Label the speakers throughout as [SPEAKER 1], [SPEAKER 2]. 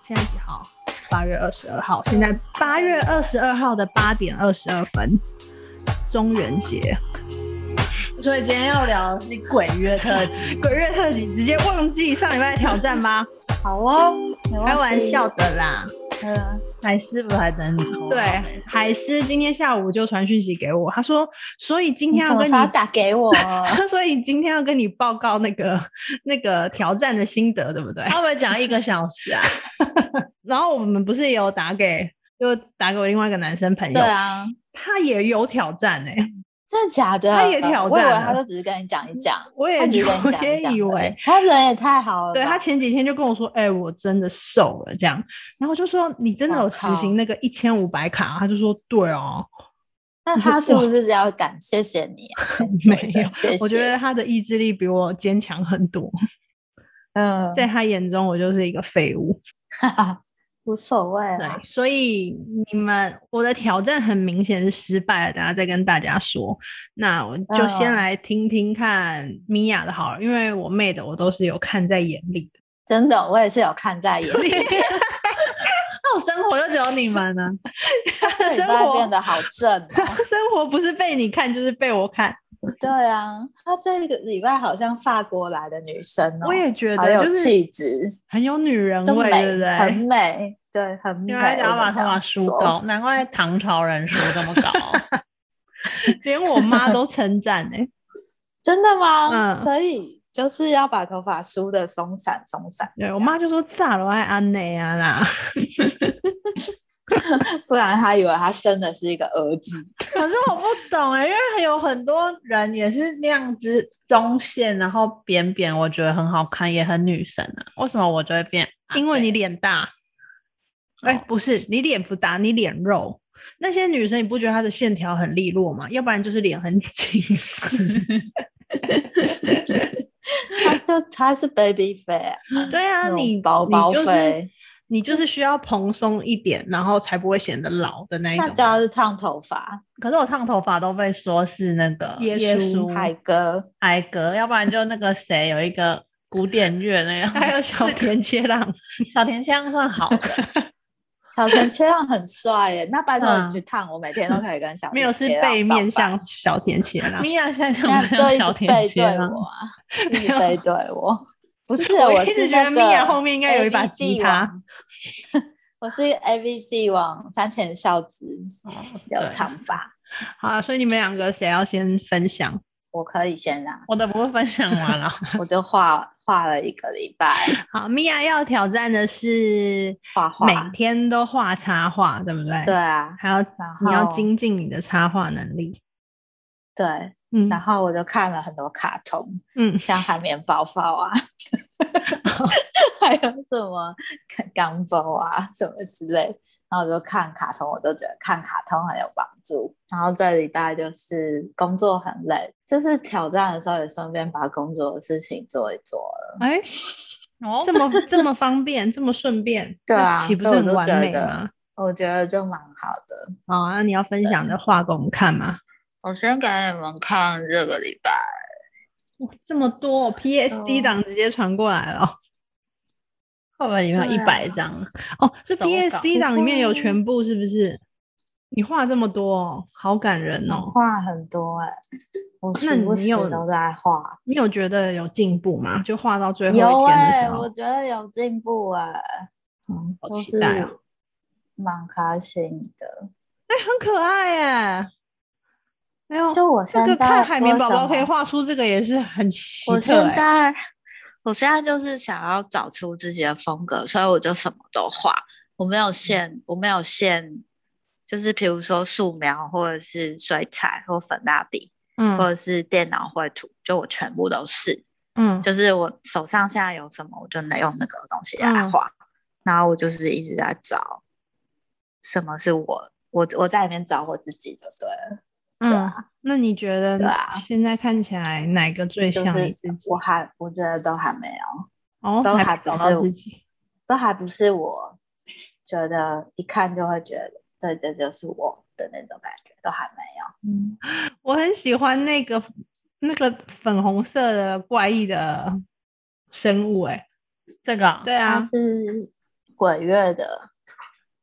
[SPEAKER 1] 现在几号？八月二十二号，现在八月二十二号的八点二十二分，中元节
[SPEAKER 2] 所以今天要聊的是鬼月特辑，
[SPEAKER 1] 鬼月特辑，直接忘记上礼拜的挑战 吗？
[SPEAKER 2] 好哦，
[SPEAKER 1] 开玩笑，的啦。
[SPEAKER 2] 嗯，海师傅还等你，啊
[SPEAKER 1] 对，海狮今天下午就传讯息给我，他说，所以今
[SPEAKER 2] 你
[SPEAKER 1] 天
[SPEAKER 2] 什
[SPEAKER 1] 要
[SPEAKER 2] 么
[SPEAKER 1] 跟
[SPEAKER 2] 时
[SPEAKER 1] 你
[SPEAKER 2] 候打 给我？他
[SPEAKER 1] 所以今天要跟你报告那个 那个挑战的心得，对不对？
[SPEAKER 2] 会不会讲一个小时啊？
[SPEAKER 1] 然后我们不是也有打给，就打给我另外一个男生朋友，
[SPEAKER 3] 对啊，
[SPEAKER 1] 他也也有挑战哎、
[SPEAKER 3] 真的假的？
[SPEAKER 1] 他也挑战了
[SPEAKER 3] 我以为他就只是跟你讲一讲，
[SPEAKER 1] 我也
[SPEAKER 3] 他只是跟
[SPEAKER 1] 我
[SPEAKER 3] 你讲
[SPEAKER 1] 也
[SPEAKER 3] 一讲。
[SPEAKER 1] 以为，
[SPEAKER 3] 他人也太好了吧，
[SPEAKER 1] 对他前几天就跟我说，哎、我真的瘦了这样，然后我就说你真的有实行那个一千五百卡，啊他就说对哦，
[SPEAKER 3] 那他是不是要感谢谢你 啊？
[SPEAKER 1] 没
[SPEAKER 3] 说一
[SPEAKER 1] 有
[SPEAKER 3] 声，谢谢。
[SPEAKER 1] 我觉得他的意志力比我坚强很多，
[SPEAKER 3] 嗯，
[SPEAKER 1] 在他眼中我就是一个废物。
[SPEAKER 3] 无所谓啊啦。
[SPEAKER 1] 对，所以你们我的挑战很明显是失败了，等下再跟大家说。那我就先
[SPEAKER 3] 嗯
[SPEAKER 1] 来听听看米娅的好了，因为我妹的我都是有看在眼里的。
[SPEAKER 3] 真的，我也是有看在眼里，
[SPEAKER 1] 那我生活就只有你们啊呢、
[SPEAKER 3] 这礼
[SPEAKER 1] 生
[SPEAKER 3] 拜
[SPEAKER 1] 活
[SPEAKER 3] 变得好正哦。
[SPEAKER 1] 生活不是被你看就是被我看。
[SPEAKER 3] 对啊，她这个礼拜好像法国来的女生哦，
[SPEAKER 1] 我也觉
[SPEAKER 3] 好
[SPEAKER 1] 得
[SPEAKER 3] 有
[SPEAKER 1] 就是
[SPEAKER 3] 气质，
[SPEAKER 1] 很有女人
[SPEAKER 3] 就
[SPEAKER 1] 味，
[SPEAKER 3] 美，
[SPEAKER 1] 对不
[SPEAKER 3] 很
[SPEAKER 1] 对？
[SPEAKER 3] 美，对，很美。
[SPEAKER 2] 因为他想要把头发梳
[SPEAKER 3] 我跟她说
[SPEAKER 2] 高，难怪唐朝人梳这么高。
[SPEAKER 1] 连我妈都称赞哎、
[SPEAKER 3] 真的吗？
[SPEAKER 1] 嗯
[SPEAKER 3] 所以就是要把头发梳的松散松散，
[SPEAKER 1] 对我妈就说炸了爱安内啊啦，
[SPEAKER 3] 不然她以为她生的是一个儿 子。
[SPEAKER 2] 可是我不懂
[SPEAKER 1] 欸
[SPEAKER 2] 哎、因为有很多人也是那样子中线，然后扁扁，我觉得很好看，也很女神啊。为什么我就会变？
[SPEAKER 1] 因为你脸大。啊哎、
[SPEAKER 3] 哦
[SPEAKER 1] 不是，你脸不大，你脸肉。那些女生，你不觉得她的线条很利落吗？要不然就是脸很紧 实。
[SPEAKER 3] 他就他是 baby 肥、啊，
[SPEAKER 1] 对啊，
[SPEAKER 3] 那种
[SPEAKER 1] 你
[SPEAKER 3] 薄薄
[SPEAKER 1] 你就是
[SPEAKER 3] 肥，
[SPEAKER 1] 你就是需要蓬松一点，然后才不会显得老的那一
[SPEAKER 3] 那
[SPEAKER 1] 种。
[SPEAKER 3] 就要是烫头发，
[SPEAKER 2] 可是我烫头发都被说是那个
[SPEAKER 1] 耶稣
[SPEAKER 2] 稣
[SPEAKER 3] 海哥，
[SPEAKER 2] 挨格，要不然就那个谁有一个古典乐那 个，
[SPEAKER 1] 还有小田切让，
[SPEAKER 2] 小田香 算好的，
[SPEAKER 3] 小田切让很帅耶， 那拜托
[SPEAKER 2] 嗯
[SPEAKER 3] 你去烫，我每天都可以跟小
[SPEAKER 1] 嗯没有是
[SPEAKER 3] 田切让
[SPEAKER 1] 背面
[SPEAKER 3] 照
[SPEAKER 1] 像小田切让。
[SPEAKER 2] 米娅现在
[SPEAKER 3] 办，
[SPEAKER 2] 像
[SPEAKER 3] 那
[SPEAKER 2] 不
[SPEAKER 3] 你就
[SPEAKER 2] 像
[SPEAKER 3] 一
[SPEAKER 2] 小
[SPEAKER 3] 直
[SPEAKER 2] 田
[SPEAKER 3] 背
[SPEAKER 2] 切
[SPEAKER 3] 对
[SPEAKER 2] 让？
[SPEAKER 3] 我啊，一直背对我， 不是，
[SPEAKER 1] 我一
[SPEAKER 3] 是
[SPEAKER 1] 直觉得
[SPEAKER 3] 那
[SPEAKER 1] 米娅
[SPEAKER 3] 个
[SPEAKER 1] 后面应该有一把
[SPEAKER 3] ABD
[SPEAKER 1] 吉他
[SPEAKER 3] 王。 我是 A B C 王山田孝之，
[SPEAKER 1] 哦
[SPEAKER 3] 有
[SPEAKER 2] 对
[SPEAKER 3] 长发，
[SPEAKER 1] 好啊，所以你们两个谁要先分享？
[SPEAKER 3] 我可以先拿，
[SPEAKER 2] 我的不会分享 完了，
[SPEAKER 3] 我就画画了一个礼拜，
[SPEAKER 1] 好，米娅要挑战的是
[SPEAKER 3] 画画，
[SPEAKER 1] 每天都画插画，对不对？
[SPEAKER 3] 对。啊，
[SPEAKER 1] 还要
[SPEAKER 3] 然
[SPEAKER 1] 你要
[SPEAKER 3] 后
[SPEAKER 1] 精进你的插画能力。
[SPEAKER 3] 对，啊
[SPEAKER 1] 嗯
[SPEAKER 3] 然后我就看了很多卡通，
[SPEAKER 1] 嗯，
[SPEAKER 3] 像海绵宝宝啊， 还有什么钢包啊什么之类。然后我就看卡通，我都觉得看卡通很有帮助。然后这礼拜就是工作很累，就是挑战的时候也顺便把工作的事情做一做了。
[SPEAKER 1] 哎，
[SPEAKER 2] 哦
[SPEAKER 1] 这么这么方便，这么顺便，
[SPEAKER 3] 对啊
[SPEAKER 1] 那岂不是
[SPEAKER 3] 所以我
[SPEAKER 1] 很
[SPEAKER 3] 就
[SPEAKER 1] 完
[SPEAKER 3] 觉
[SPEAKER 1] 美
[SPEAKER 3] 得
[SPEAKER 1] 吗？
[SPEAKER 3] 我觉得就蛮好的。
[SPEAKER 1] 好啊，那你要分享的画给我们看吗？
[SPEAKER 3] 我先给你们看这个礼拜，
[SPEAKER 1] 哇，这么多 PSD
[SPEAKER 3] 哦
[SPEAKER 1] 档直接传过来了哦
[SPEAKER 2] 会不会里面有一
[SPEAKER 3] 对啊
[SPEAKER 2] 百张？
[SPEAKER 1] 哦，这
[SPEAKER 2] 手稿
[SPEAKER 1] PSD 档里面有
[SPEAKER 3] 哇
[SPEAKER 1] 全部是不是？你画这么多哦，好感人哦！
[SPEAKER 3] 画很多哎、我
[SPEAKER 1] 那
[SPEAKER 3] 时不
[SPEAKER 1] 你
[SPEAKER 3] 时
[SPEAKER 1] 有
[SPEAKER 3] 都在画。
[SPEAKER 1] 你有觉得有进步吗？就画到最后
[SPEAKER 3] 有哎欸
[SPEAKER 1] 一天的时候
[SPEAKER 3] 我，觉得有进步哎、
[SPEAKER 1] 嗯好
[SPEAKER 3] 都
[SPEAKER 1] 期待哦！
[SPEAKER 3] 是蛮开心的。
[SPEAKER 1] 哎，很可爱耶！哎呦，
[SPEAKER 3] 就我
[SPEAKER 1] 这
[SPEAKER 3] 现
[SPEAKER 1] 个
[SPEAKER 3] 在
[SPEAKER 1] 看海绵
[SPEAKER 3] 为
[SPEAKER 1] 宝
[SPEAKER 3] 什
[SPEAKER 1] 宝可以
[SPEAKER 3] 么，
[SPEAKER 1] 画出这个也是很奇
[SPEAKER 3] 我
[SPEAKER 1] 特
[SPEAKER 3] 现
[SPEAKER 1] 哎。
[SPEAKER 3] 在我现在就是想要找出自己的风格，所以我就什么都画，我没
[SPEAKER 1] 嗯
[SPEAKER 3] 有限，我没有限，就是比如说素描或者是水彩或粉蜡笔，
[SPEAKER 1] 嗯
[SPEAKER 3] 或者是电脑绘图，就我全部都是。
[SPEAKER 1] 嗯
[SPEAKER 3] 就是我手上现在有什么，我就能用那个东西来
[SPEAKER 1] 嗯
[SPEAKER 3] 画。然后我就是一直在找什么是我，我我在里面找我自己的，对了，
[SPEAKER 1] 嗯，那你觉得
[SPEAKER 3] 对啊
[SPEAKER 1] 现在看起来哪个最
[SPEAKER 3] 就
[SPEAKER 1] 像你
[SPEAKER 3] 是
[SPEAKER 1] 自己？
[SPEAKER 3] 我还我觉得都还没有，
[SPEAKER 1] 哦，
[SPEAKER 3] 都
[SPEAKER 1] 还
[SPEAKER 3] 还
[SPEAKER 1] 没
[SPEAKER 3] 不
[SPEAKER 1] 找
[SPEAKER 3] 是
[SPEAKER 1] 到自
[SPEAKER 3] 我
[SPEAKER 1] 己。
[SPEAKER 3] 都还不是我觉得一看就会觉得对，这就是我的那种感觉，都还没有。嗯，
[SPEAKER 1] 我很喜欢那个那个粉红色的怪异的生物哎。
[SPEAKER 2] 这个
[SPEAKER 1] 对
[SPEAKER 3] 它
[SPEAKER 1] 啊，
[SPEAKER 3] 是鬼月的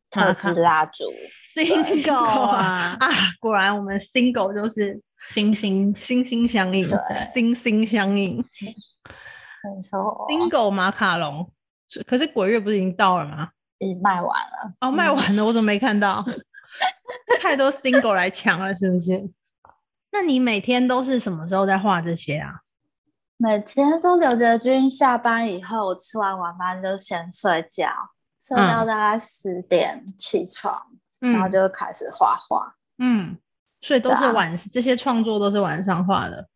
[SPEAKER 3] 特制蜡烛，
[SPEAKER 1] 嗯
[SPEAKER 2] single 啊，
[SPEAKER 1] 啊，果然我们 single 就是
[SPEAKER 2] 星星
[SPEAKER 1] 心心相印，心心相印。
[SPEAKER 3] 没错，
[SPEAKER 1] single 马卡龙，是可是鬼月不是已经到了吗？
[SPEAKER 3] 已经卖完了。
[SPEAKER 1] 哦，卖完了，我怎么没看 到？太多 single 来抢了，是不是？那你每天都是什么时候在画这些啊？
[SPEAKER 3] 每天都刘哲君下班以后，我吃完晚饭就先睡觉，睡到大概十点起床，然后
[SPEAKER 1] 嗯
[SPEAKER 3] 就开始画画。
[SPEAKER 1] 嗯，所以都是
[SPEAKER 3] 对啊
[SPEAKER 1] 晚，这些创作都是晚上画的。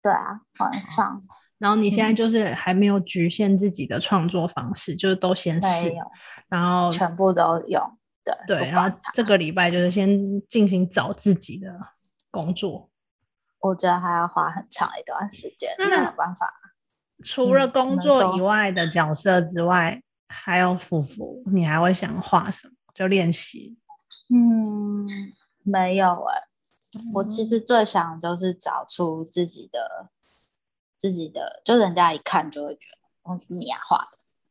[SPEAKER 3] 对啊，晚上
[SPEAKER 1] 然后你现在就是还没有局限自己的创作方式，就是都先试
[SPEAKER 3] 没，有，
[SPEAKER 1] 然后
[SPEAKER 3] 全部都用。对
[SPEAKER 1] 对，
[SPEAKER 3] 不
[SPEAKER 1] 然后
[SPEAKER 3] 管它
[SPEAKER 1] 这个礼拜就是先进行找自己的工作。
[SPEAKER 3] 我觉得还要花很长一段时间，
[SPEAKER 1] 那
[SPEAKER 3] 没有办法。
[SPEAKER 1] 除了
[SPEAKER 3] 嗯
[SPEAKER 1] 工
[SPEAKER 3] 没
[SPEAKER 1] 作
[SPEAKER 3] 错
[SPEAKER 1] 以外的角色之外，还有夫妇，你还会想画什么？就练习。
[SPEAKER 3] 嗯，没有哎、我其实最想就是找出自己的自己的，就人家一看就会觉得哦，你啊画的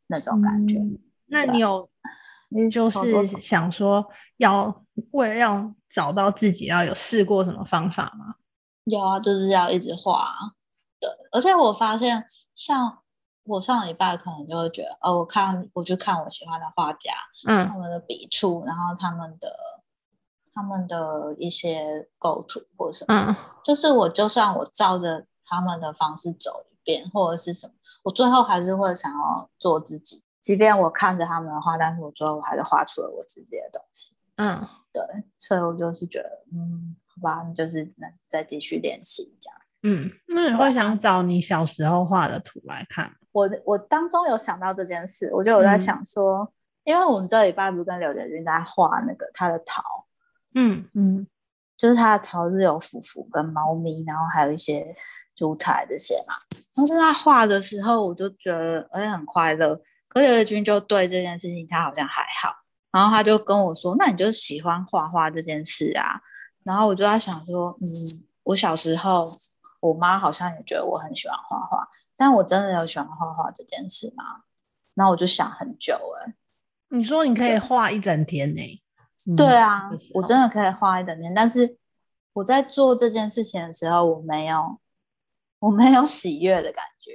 [SPEAKER 3] 那种感觉。
[SPEAKER 1] 嗯那
[SPEAKER 3] 对
[SPEAKER 1] 你有
[SPEAKER 3] 嗯
[SPEAKER 1] 就
[SPEAKER 3] 好多
[SPEAKER 1] 是想说要为了要找到自己，要有试过什么方法吗？
[SPEAKER 3] 有啊，就是要一直画啊。对，而且我发现，像我上礼拜可能就会觉得，哦，我看我去看我喜欢的画家，他
[SPEAKER 1] 嗯
[SPEAKER 3] 们的笔触，然后他们的他们的一些构图或什么，
[SPEAKER 1] 嗯
[SPEAKER 3] 就是我就算我照着他们的方式走一遍，或者是什么，我最后还是会想要做自己。即便我看着他们的画，但是我最后我还是画出了我自己的东西。
[SPEAKER 1] 嗯，
[SPEAKER 3] 对，所以我就是觉得，嗯，好吧，那就是能再继续练习这样。
[SPEAKER 1] 嗯，那你会想找你小时候画的图来看吗？
[SPEAKER 3] 我我当中有想到这件事，我就有在
[SPEAKER 1] 嗯
[SPEAKER 3] 想说，因为我们这礼拜不是跟刘杰军在画那个他的桃，
[SPEAKER 1] 嗯
[SPEAKER 2] 嗯，
[SPEAKER 3] 就是他的桃是有福福跟猫咪，然后还有一些烛台这些嘛。然后在他画的时候，我就觉得哎、很快乐。可是刘德军就对这件事情他好像还好，然后他就跟我说：“那你就喜欢画画这件事啊。”然后我就在想说：“嗯，我小时候我妈好像也觉得我很喜欢画画，但我真的有喜欢画画这件事吗？”然后我就想很久、欸，
[SPEAKER 1] 你说你可以画一整天呢、 嗯
[SPEAKER 3] 对啊
[SPEAKER 1] 的时，
[SPEAKER 3] 我
[SPEAKER 1] 候
[SPEAKER 3] 真的可以花一整天，但是我在做这件事情的时候，我没有， 我没有喜悦的感觉，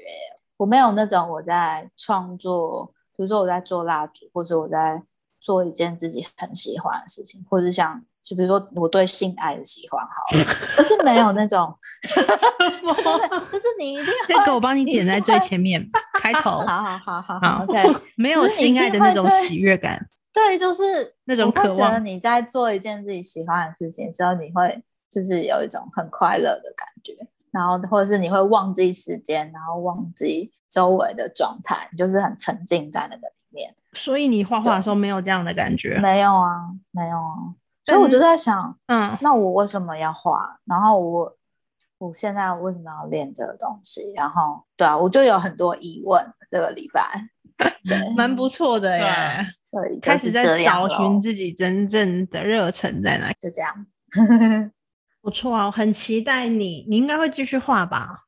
[SPEAKER 3] 我没有那种我在创作，比如说我在做蜡烛，或者我在做一件自己很喜欢的事情，或者像就比如说我对性爱的喜欢，好了， 就是没有那种， 就是你一定
[SPEAKER 1] 那
[SPEAKER 3] 会
[SPEAKER 1] 个我帮你
[SPEAKER 3] 你
[SPEAKER 1] 剪在
[SPEAKER 3] 会
[SPEAKER 1] 最前面开头，
[SPEAKER 3] 好好好好
[SPEAKER 1] 好
[SPEAKER 3] 好，OK，
[SPEAKER 1] 没
[SPEAKER 3] 可
[SPEAKER 1] 有
[SPEAKER 3] 是你
[SPEAKER 1] 性爱
[SPEAKER 3] 一
[SPEAKER 1] 的
[SPEAKER 3] 定
[SPEAKER 1] 那
[SPEAKER 3] 会
[SPEAKER 1] 种
[SPEAKER 3] 对
[SPEAKER 1] 喜悦感。
[SPEAKER 3] 对，就是
[SPEAKER 1] 那种
[SPEAKER 3] 我会
[SPEAKER 1] 渴
[SPEAKER 3] 觉得
[SPEAKER 1] 望
[SPEAKER 3] 你在做一件自己喜欢的事情的时候，你会就是有一种很快乐的感觉，然后或者是你会忘记时间，然后忘记周围的状态，你就是很沉浸在那个里面。
[SPEAKER 1] 所以你画画的时候没有这样的感觉。
[SPEAKER 3] 没有啊，没有啊，所以我就
[SPEAKER 1] 但
[SPEAKER 3] 在想，
[SPEAKER 1] 嗯，
[SPEAKER 3] 那我为什么要画？然后我我现在为什么要练这个东西？然后对啊，我就有很多疑问。这个礼 拜，对，
[SPEAKER 1] 蛮不错的耶，
[SPEAKER 2] 对啊
[SPEAKER 3] 所以就
[SPEAKER 1] 开
[SPEAKER 3] 是
[SPEAKER 1] 始
[SPEAKER 3] 这
[SPEAKER 1] 在找
[SPEAKER 3] 样
[SPEAKER 1] 寻
[SPEAKER 3] 咯
[SPEAKER 1] 自己真正的热忱在哪。
[SPEAKER 3] 就 这样。
[SPEAKER 1] 不错啊，我很期待你，你应该会继续画吧？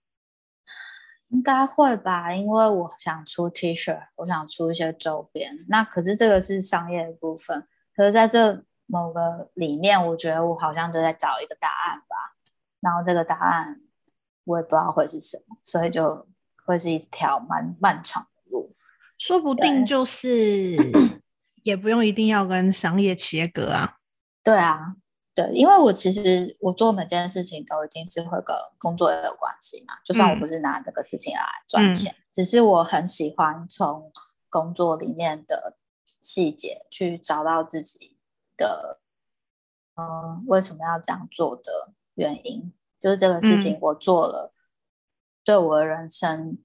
[SPEAKER 3] 应该会吧，因为我想出 T 恤，我想出一些周边。那可是这个是商业的部分，可是在这某个里面，我觉得我好像都在找一个答案吧。然后这个答案我也不知道会是什么，所以就会是一条蛮漫长的路。
[SPEAKER 1] 说不定
[SPEAKER 3] 对
[SPEAKER 1] 就是 也不用一定要跟商业切割啊。
[SPEAKER 3] 对啊，对，因为我其实我做每件事情都一定是会跟工作有关系嘛，就算我
[SPEAKER 1] 嗯
[SPEAKER 3] 不是拿这个事情来
[SPEAKER 1] 嗯
[SPEAKER 3] 赚钱，只是我很喜欢从工作里面的细节去找到自己的，嗯、为什么要这样做的原因，就是这个事情我做了，对我的人生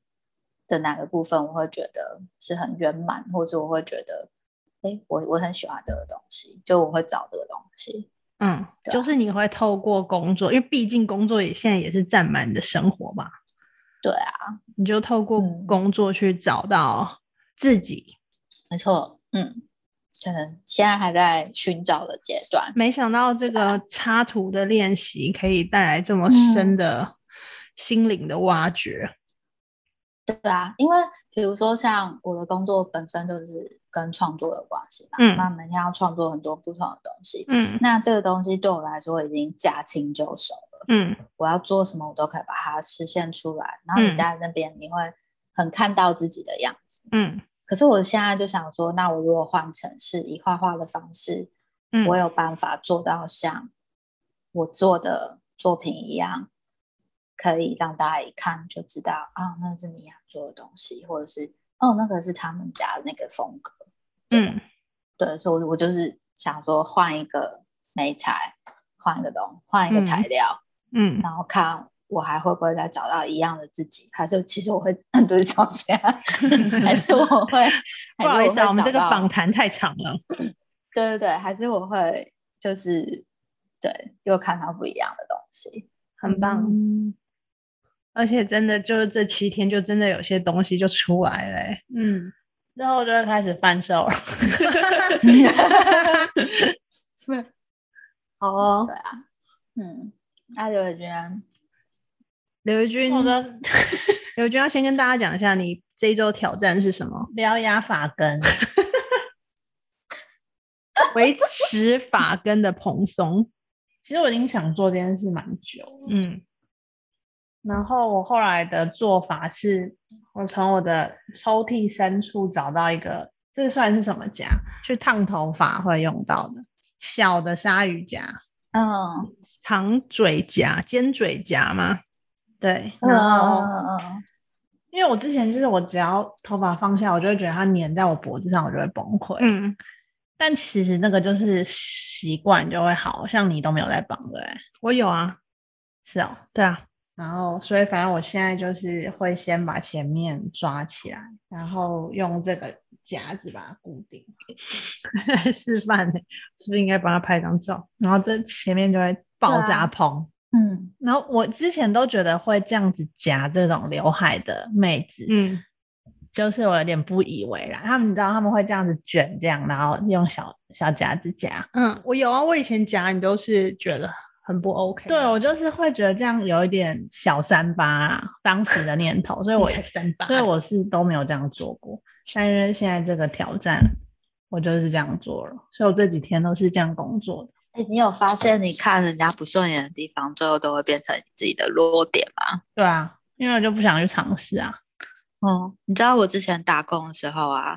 [SPEAKER 3] 的哪个部分我会觉得是很圆满，或者我会觉得。哎，我我很喜欢这个东西，就我会找这个东西。
[SPEAKER 1] 嗯，
[SPEAKER 3] 对啊
[SPEAKER 1] 就是你会透过工作，因为毕竟工作也现在也是占满你的生活吧，
[SPEAKER 3] 对啊，
[SPEAKER 1] 你就透过
[SPEAKER 3] 嗯
[SPEAKER 1] 工作去找到自己。
[SPEAKER 3] 没错，嗯，可能现在还在寻找的阶段。
[SPEAKER 1] 没想到这
[SPEAKER 3] 啊
[SPEAKER 1] 个插图的练习可以带来这么
[SPEAKER 3] 嗯
[SPEAKER 1] 深的心灵的挖掘。
[SPEAKER 3] 对啊，因为比如说像我的工作本身就是跟创作有关系嘛，
[SPEAKER 1] 嗯
[SPEAKER 3] 那每天要创作很多不同的东西，
[SPEAKER 1] 嗯
[SPEAKER 3] 那这个东西对我来说已经驾轻就熟了，
[SPEAKER 1] 嗯
[SPEAKER 3] 我要做什么我都可以把它实现出来，然后你
[SPEAKER 1] 嗯
[SPEAKER 3] 在那边你会很看到自己的样子。
[SPEAKER 1] 嗯
[SPEAKER 3] 可是我现在就想说，那我如果换成是以画画的方式，
[SPEAKER 1] 嗯，
[SPEAKER 3] 我有办法做到像我做的作品一样，可以让大家一看就知道啊，那是米娅做的东西，或者是哦，那个是他们家的那个风格。
[SPEAKER 1] 嗯
[SPEAKER 3] 对，所以我我就是想说换一个媒材，换一个东，换一个材
[SPEAKER 1] 嗯
[SPEAKER 3] 料，
[SPEAKER 1] 嗯，
[SPEAKER 3] 然后看我还会不会再找到一样的自己，还是其实我会 对从前，还是我会，
[SPEAKER 1] 不好意思啊，
[SPEAKER 3] 还是会
[SPEAKER 1] 我们这个
[SPEAKER 3] 找到
[SPEAKER 1] 访谈太长了。
[SPEAKER 3] 对对对，还是我会就是对又看到不一样的东西，
[SPEAKER 1] 很棒
[SPEAKER 2] 嗯
[SPEAKER 1] 而且真的就是这七天，就真的有些东西就出来了欸、
[SPEAKER 2] 嗯，之后就会开始贩售了。好哦，
[SPEAKER 3] 对啊，嗯，那刘伟娟，
[SPEAKER 1] 刘宇君，
[SPEAKER 2] 我的
[SPEAKER 1] 刘宇君要先跟大家讲一下，你这一周挑战是什 么？
[SPEAKER 2] 獠牙发根，
[SPEAKER 1] 维持发根的蓬松。
[SPEAKER 2] 其实我已经想做这件事蛮久了。
[SPEAKER 1] 嗯
[SPEAKER 2] 然后我后来的做法是，我从我的抽屉深处找到一个，这算是什么夹？去烫头发会用到的小的鲨鱼夹。
[SPEAKER 3] 嗯
[SPEAKER 1] 长嘴夹、尖嘴夹吗？
[SPEAKER 2] 对，
[SPEAKER 3] 嗯
[SPEAKER 2] 然后
[SPEAKER 3] 嗯嗯
[SPEAKER 2] 因为我之前就是我只要头发放下，我就会觉得它粘在我脖子上，我就会崩溃。
[SPEAKER 1] 嗯，
[SPEAKER 2] 但其实那个就是习惯就会好，像你都没有在绑的、欸，
[SPEAKER 1] 我有啊，
[SPEAKER 2] 是哦。
[SPEAKER 1] 对啊，
[SPEAKER 2] 然后，所以反正我现在就是会先把前面抓起来，然后用这个夹子把它固定。
[SPEAKER 1] 示范呢，是 不是应该帮他拍张照？
[SPEAKER 2] 然后这前面就会爆
[SPEAKER 1] 啊
[SPEAKER 2] 炸棚。
[SPEAKER 3] 嗯
[SPEAKER 2] 然后我之前都觉得会这样子夹这种刘海的妹子，
[SPEAKER 1] 嗯
[SPEAKER 2] 就是我有点不以为然。他们你知道他们会这样子卷这样，然后用小小夹子夹。
[SPEAKER 1] 嗯，我有啊，我以前夹你都是觉得很不 OK，啊
[SPEAKER 2] 对哦我就是会觉得这样有一点小三八啊，当时的念头，所以
[SPEAKER 1] 我
[SPEAKER 2] 我
[SPEAKER 1] 才三八，
[SPEAKER 2] 所以我是都没有这样做过。但因为现在这个挑战，我就是这样做了，所以我这几天都是这样工作的。
[SPEAKER 3] 哎，你有发现你看人家不顺眼的地方，最后都会变成你自己的弱点吗？
[SPEAKER 2] 对啊，因为我就不想去尝试啊。
[SPEAKER 3] 嗯，你知道我之前打工的时候啊，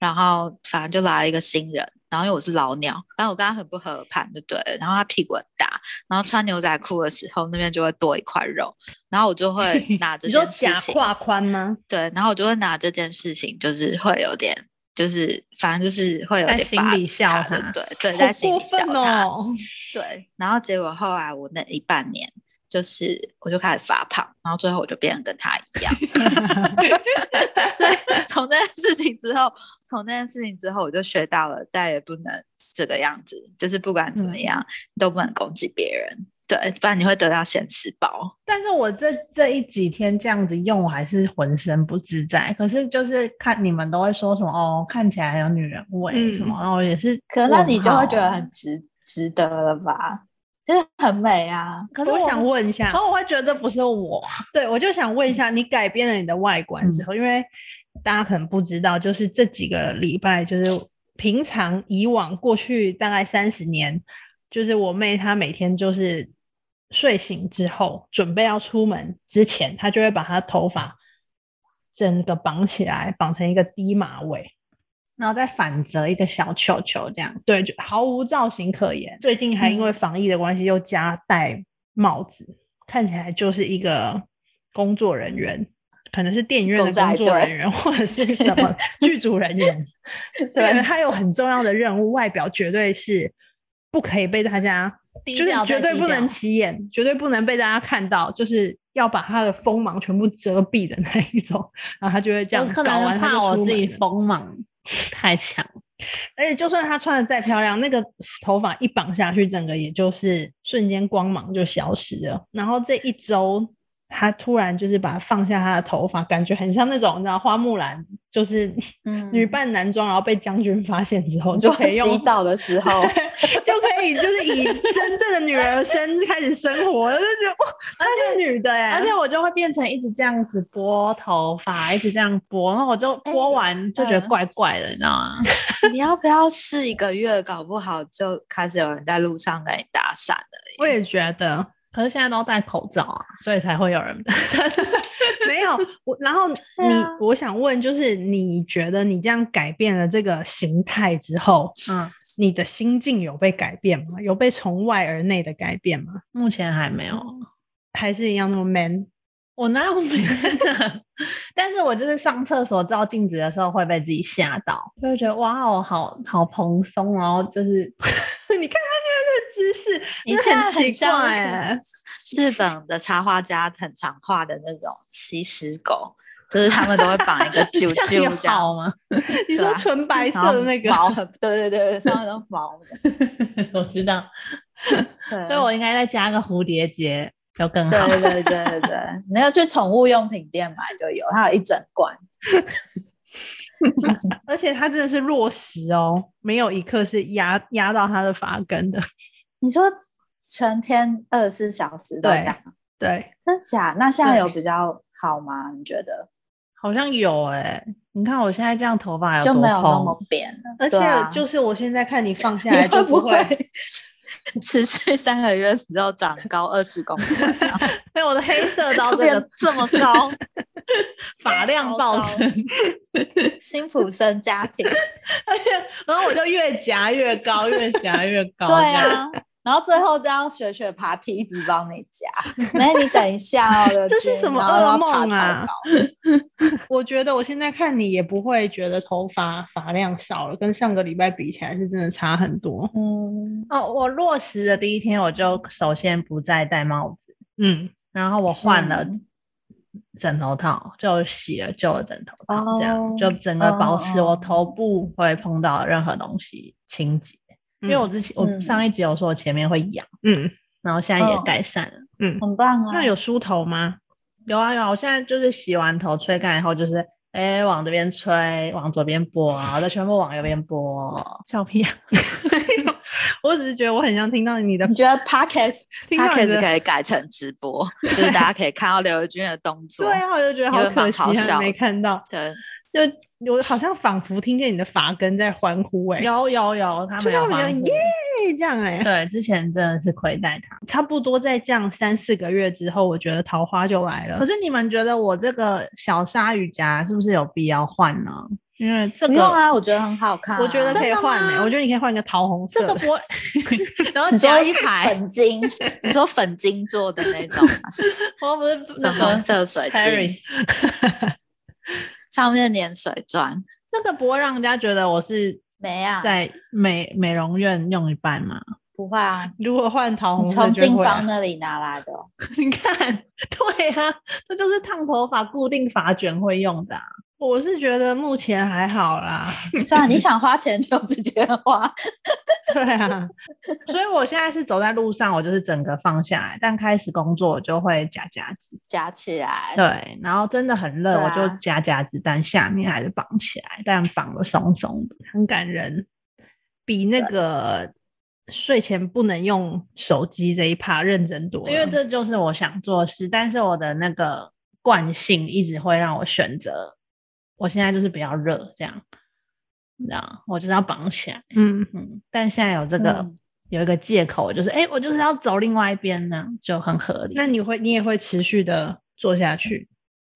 [SPEAKER 3] 然后反正就来了一个新人，然后因为我是老鸟，然后我跟他很不合盘，就对了。然后他屁股很大，然后穿牛仔裤的时候那边就会多一块肉，然后 我就会拿这
[SPEAKER 1] 你说
[SPEAKER 3] 件事
[SPEAKER 1] 夹
[SPEAKER 3] 情，
[SPEAKER 1] 胯宽吗？
[SPEAKER 3] 对，然后我就会拿这件事情，就是会有点，就是反正就是会有
[SPEAKER 2] 在
[SPEAKER 3] 点
[SPEAKER 2] 心
[SPEAKER 3] 扒
[SPEAKER 2] 里笑
[SPEAKER 3] 他的
[SPEAKER 2] 他
[SPEAKER 3] 对对，在
[SPEAKER 1] 好
[SPEAKER 3] 心
[SPEAKER 1] 过
[SPEAKER 3] 里笑
[SPEAKER 1] 分
[SPEAKER 3] 他，
[SPEAKER 1] 哦！
[SPEAKER 3] 对。然后结果后来我那一半年，就是我就开始发胖，然后最后我就变得跟他一样。所以从那件事情之后，从那件事情之后，我就学到了，再也不能这个样子，就是不管怎么
[SPEAKER 2] 嗯
[SPEAKER 3] 样，你都不能攻击别人，对，不然你会得到现实报。
[SPEAKER 2] 但是我这这一几天这样子用，我还是浑身不自在。可是就是看你们都会说什么哦，看起来很有女人味
[SPEAKER 1] 嗯
[SPEAKER 2] 什么，然后我也是。
[SPEAKER 3] 可那你就会觉得很，值值得了吧？就是很美啊，
[SPEAKER 2] 可是
[SPEAKER 1] 我想
[SPEAKER 2] 问，
[SPEAKER 1] 问一下
[SPEAKER 2] 然，后我会觉得这不是我。 嗯
[SPEAKER 1] 对，我就想问一下，你改变了你的外观之后，因为大家可能不知道，就是这几个礼拜，就是平常以往过去大概三十年，就是我妹她每天就是睡醒之后，准备要出门之前，她就会把她头发整个绑起来，绑成一个低马尾，
[SPEAKER 2] 然后再反折一个小球球这样，
[SPEAKER 1] 对，就毫无造型可言。最近还因
[SPEAKER 2] 嗯
[SPEAKER 1] 为防疫的关系又加戴帽子，看起来就是一个工作人员，可能是电影院的
[SPEAKER 3] 狗仔
[SPEAKER 1] 工作人
[SPEAKER 3] 队
[SPEAKER 1] 员或者是什 么剧组人员。对，他有很重要的任务，外表绝对是不可以被大家，
[SPEAKER 2] 低
[SPEAKER 1] 就是
[SPEAKER 2] 调再
[SPEAKER 1] 绝对
[SPEAKER 2] 低
[SPEAKER 1] 不
[SPEAKER 2] 调
[SPEAKER 1] 能起眼，绝对不能被大家看到，就是。要把他的锋芒全部遮蔽的那一种，然后他就会这样
[SPEAKER 2] 我可
[SPEAKER 1] 搞
[SPEAKER 2] 能
[SPEAKER 1] 完，他就
[SPEAKER 2] 怕我
[SPEAKER 1] 出
[SPEAKER 2] 自己
[SPEAKER 1] 门了
[SPEAKER 2] 锋芒太强，
[SPEAKER 1] 而且就算她穿的再漂亮，那个头发一绑下去，整个也就是瞬间光芒就消失了。然后这一周他突然就是把它放下他的头发，感觉很像那种你知道花木兰，就是
[SPEAKER 3] 嗯
[SPEAKER 1] 女扮男装，然后被将军发现之后就可以用
[SPEAKER 3] 洗澡的时候，
[SPEAKER 1] 就可以就是以真正的女儿身开始生活了，就觉得哇，她是女的哎、
[SPEAKER 2] 而且我就会变成一直这样子拨头发，一直这样拨，然后我就拨完就觉得
[SPEAKER 3] 哎嗯
[SPEAKER 2] 怪怪的，你知道吗？
[SPEAKER 3] 你要不要试一个月？搞不好就开始有人在路上跟你搭讪了。
[SPEAKER 1] 我也觉得
[SPEAKER 2] 可是现在都戴口罩啊，所以才会有人
[SPEAKER 1] 没有我。然 后你，
[SPEAKER 3] 对啊
[SPEAKER 1] 我想问，就是你觉得你这样改变了这个形态之后，
[SPEAKER 2] 嗯，
[SPEAKER 1] 你的心境有被改变吗？有被从外而内的改变吗？
[SPEAKER 2] 目前还没有，
[SPEAKER 1] 还是一样那么 man？
[SPEAKER 2] 我哪有每天啊？ 但是我就是上厕所照镜子的时候会被自己吓到，就会觉得哇哦，好好蓬松，然后就是
[SPEAKER 1] 你看他现在这个姿势，
[SPEAKER 3] 你
[SPEAKER 1] 真的很
[SPEAKER 3] 现
[SPEAKER 1] 奇
[SPEAKER 3] 在
[SPEAKER 1] 怪
[SPEAKER 3] 很像
[SPEAKER 1] 哎、
[SPEAKER 3] 日本的插画家很常画的那种吸食狗，就是他们都会绑一个啾
[SPEAKER 2] 这
[SPEAKER 3] 啾
[SPEAKER 2] 样有
[SPEAKER 3] 这样，
[SPEAKER 2] 好吗？
[SPEAKER 1] 你
[SPEAKER 3] 对
[SPEAKER 1] 说
[SPEAKER 3] 啊
[SPEAKER 1] 纯 白
[SPEAKER 3] 然后
[SPEAKER 1] 色的那个，
[SPEAKER 3] 毛很，对对对，上面都毛的。
[SPEAKER 2] 我知道，
[SPEAKER 3] 对
[SPEAKER 2] 所以我应该再加个蝴蝶结就更好。
[SPEAKER 3] 嗯对对对对对，你要去宠物用品店买就有，它有一整罐。
[SPEAKER 1] 而且它真的是落实哦，没有一刻是压压到它的发根的。
[SPEAKER 3] 你说全天二十四小时都
[SPEAKER 1] 对
[SPEAKER 3] 这样，
[SPEAKER 1] 对，
[SPEAKER 3] 真假？那现在有
[SPEAKER 1] 对
[SPEAKER 3] 比较好吗？你觉得
[SPEAKER 2] 好像有哎、你看我现在这样头发有
[SPEAKER 3] 就
[SPEAKER 2] 多
[SPEAKER 3] 没有那么
[SPEAKER 2] 蓬，
[SPEAKER 3] 扁了？
[SPEAKER 1] 而且
[SPEAKER 3] 对啊
[SPEAKER 1] 就是我现在看你放下
[SPEAKER 3] 你
[SPEAKER 1] 来就
[SPEAKER 3] 不
[SPEAKER 1] 会，
[SPEAKER 3] 持续三个月之后长高二十公 分，然后
[SPEAKER 2] 被我的黑色到
[SPEAKER 3] 就
[SPEAKER 2] 这个
[SPEAKER 3] 变这么 高，
[SPEAKER 2] 发量暴 增，
[SPEAKER 3] 辛普森家 庭。
[SPEAKER 2] 然后我就越夹越高，越夹越高。
[SPEAKER 3] 对，啊，然后最后都要雪雪爬梯子帮你 夹，没你等一下哦，刘
[SPEAKER 1] 这是
[SPEAKER 3] 君
[SPEAKER 1] 什么
[SPEAKER 3] 然后要
[SPEAKER 1] 噩
[SPEAKER 3] 爬
[SPEAKER 1] 梦
[SPEAKER 3] 超
[SPEAKER 1] 啊
[SPEAKER 3] 高
[SPEAKER 1] 我觉得我现在看你也不会觉得头发发量少了，跟上个礼拜比起来是真的差很多。
[SPEAKER 3] 嗯，
[SPEAKER 2] 哦，我落实的第一天，我就首先不再戴帽子，
[SPEAKER 1] 嗯，
[SPEAKER 2] 然后我换了
[SPEAKER 3] 嗯
[SPEAKER 2] 枕头套，就洗了旧的枕头套，这样、
[SPEAKER 3] 哦
[SPEAKER 2] 就整个保持
[SPEAKER 3] 哦
[SPEAKER 2] 我
[SPEAKER 3] 哦
[SPEAKER 2] 头部会碰到任何东西清洁。因为我之前我
[SPEAKER 3] 嗯
[SPEAKER 2] 上一集有说我前面会痒，
[SPEAKER 1] 嗯
[SPEAKER 2] 然后现在也
[SPEAKER 3] 嗯
[SPEAKER 2] 改善了。
[SPEAKER 3] 很棒啊。
[SPEAKER 1] 那有梳头吗？
[SPEAKER 2] 有啊有啊，我现在就是洗完头吹干以后，就是哎、往这边吹，往左边拨，然后再全部往右边拨。笑屁、啊！
[SPEAKER 1] 我只是觉得我很想听到你的
[SPEAKER 3] 你，觉得 podcast
[SPEAKER 1] 听到你
[SPEAKER 3] podcast
[SPEAKER 1] 的
[SPEAKER 3] 可以改成直播，就是大家可以看到刘君的动作。
[SPEAKER 1] 对啊，我就觉得好可惜
[SPEAKER 3] 有点蛮好
[SPEAKER 1] 还
[SPEAKER 3] 笑
[SPEAKER 1] 没看到，
[SPEAKER 3] 对，
[SPEAKER 1] 就我好像仿佛听见你的发根在欢呼哎、
[SPEAKER 2] 有有有，他
[SPEAKER 1] 就
[SPEAKER 2] 们有
[SPEAKER 1] 让人
[SPEAKER 2] 欢呼
[SPEAKER 1] 耶这样哎、
[SPEAKER 2] 对，之前真的是亏待他。
[SPEAKER 1] 差不多在这样三四个月之后，我觉得桃花就来了
[SPEAKER 2] 可。是你们觉得我这个小鲨鱼夹是不是有必要换呢？因为这
[SPEAKER 3] 不
[SPEAKER 2] 个
[SPEAKER 3] 用啊，我觉得很好看啊、
[SPEAKER 1] 我觉得可以换
[SPEAKER 2] 真
[SPEAKER 1] 呢、
[SPEAKER 2] 的吗
[SPEAKER 1] 我觉得你可以换一个桃红色
[SPEAKER 2] 这
[SPEAKER 1] 的。
[SPEAKER 2] 个不会，然后
[SPEAKER 3] 你
[SPEAKER 2] 加
[SPEAKER 3] 说
[SPEAKER 2] 一排，
[SPEAKER 3] 粉晶， 你说粉晶做的那种 吗，
[SPEAKER 2] 我不是
[SPEAKER 3] 粉红色水晶，
[SPEAKER 2] Paris，
[SPEAKER 3] 上面粘水钻，
[SPEAKER 2] 这个不会让人家觉得我是
[SPEAKER 3] 没啊，
[SPEAKER 2] 在美美容院用一半吗？
[SPEAKER 3] 不会啊，
[SPEAKER 1] 如果换桃红
[SPEAKER 3] 你
[SPEAKER 1] 色
[SPEAKER 3] 从
[SPEAKER 1] 就会
[SPEAKER 3] 静
[SPEAKER 1] 啊
[SPEAKER 3] 芳那里拿来的哦、
[SPEAKER 2] 你看， 对啊，这就是烫头发固定发卷会用的啊、
[SPEAKER 1] 我是觉得目前还好 啦。
[SPEAKER 3] 算了，你想花钱就直接 花。
[SPEAKER 1] 对啊，
[SPEAKER 2] 所以我现在是走在路上，我就是整个放下来，但开始工作我就会夹夹子。
[SPEAKER 3] 夹起来，
[SPEAKER 2] 对，然后真的很热，
[SPEAKER 3] 对啊
[SPEAKER 2] 我就夹夹子，但下面还是绑起来，但绑的松松的。
[SPEAKER 1] 很感人，比那个睡前不能用手机这一趴认真多了。
[SPEAKER 2] 因为这就是我想做的事，但是我的那个惯性一直会让我选择，我现在就是比较热这样，你知道，我就是要绑起来。
[SPEAKER 1] 嗯，
[SPEAKER 2] 嗯，但现在有这个、
[SPEAKER 3] 嗯
[SPEAKER 2] 有一个借口，就是哎、诶我就是要走另外一边呢，就很合理。
[SPEAKER 1] 那你会你也会持续的做下去。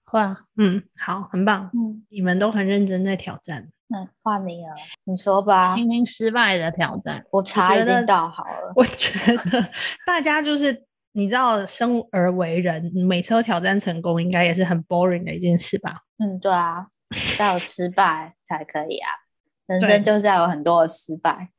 [SPEAKER 2] 会啊，
[SPEAKER 1] 嗯，好，很棒，
[SPEAKER 3] 嗯，
[SPEAKER 1] 你们都很认真在挑战。
[SPEAKER 3] 那换你了，你说吧，
[SPEAKER 2] 听听失败的挑战，
[SPEAKER 3] 我茶已
[SPEAKER 1] 觉得
[SPEAKER 3] 经倒好了。
[SPEAKER 1] 我觉 得大家就是你知道，生而为人，每次都挑战成功，应该也是很 boring 的一件事吧？
[SPEAKER 3] 嗯，对啊，要有失败才可以啊，人
[SPEAKER 1] 对
[SPEAKER 3] 生就是要有很多的失败。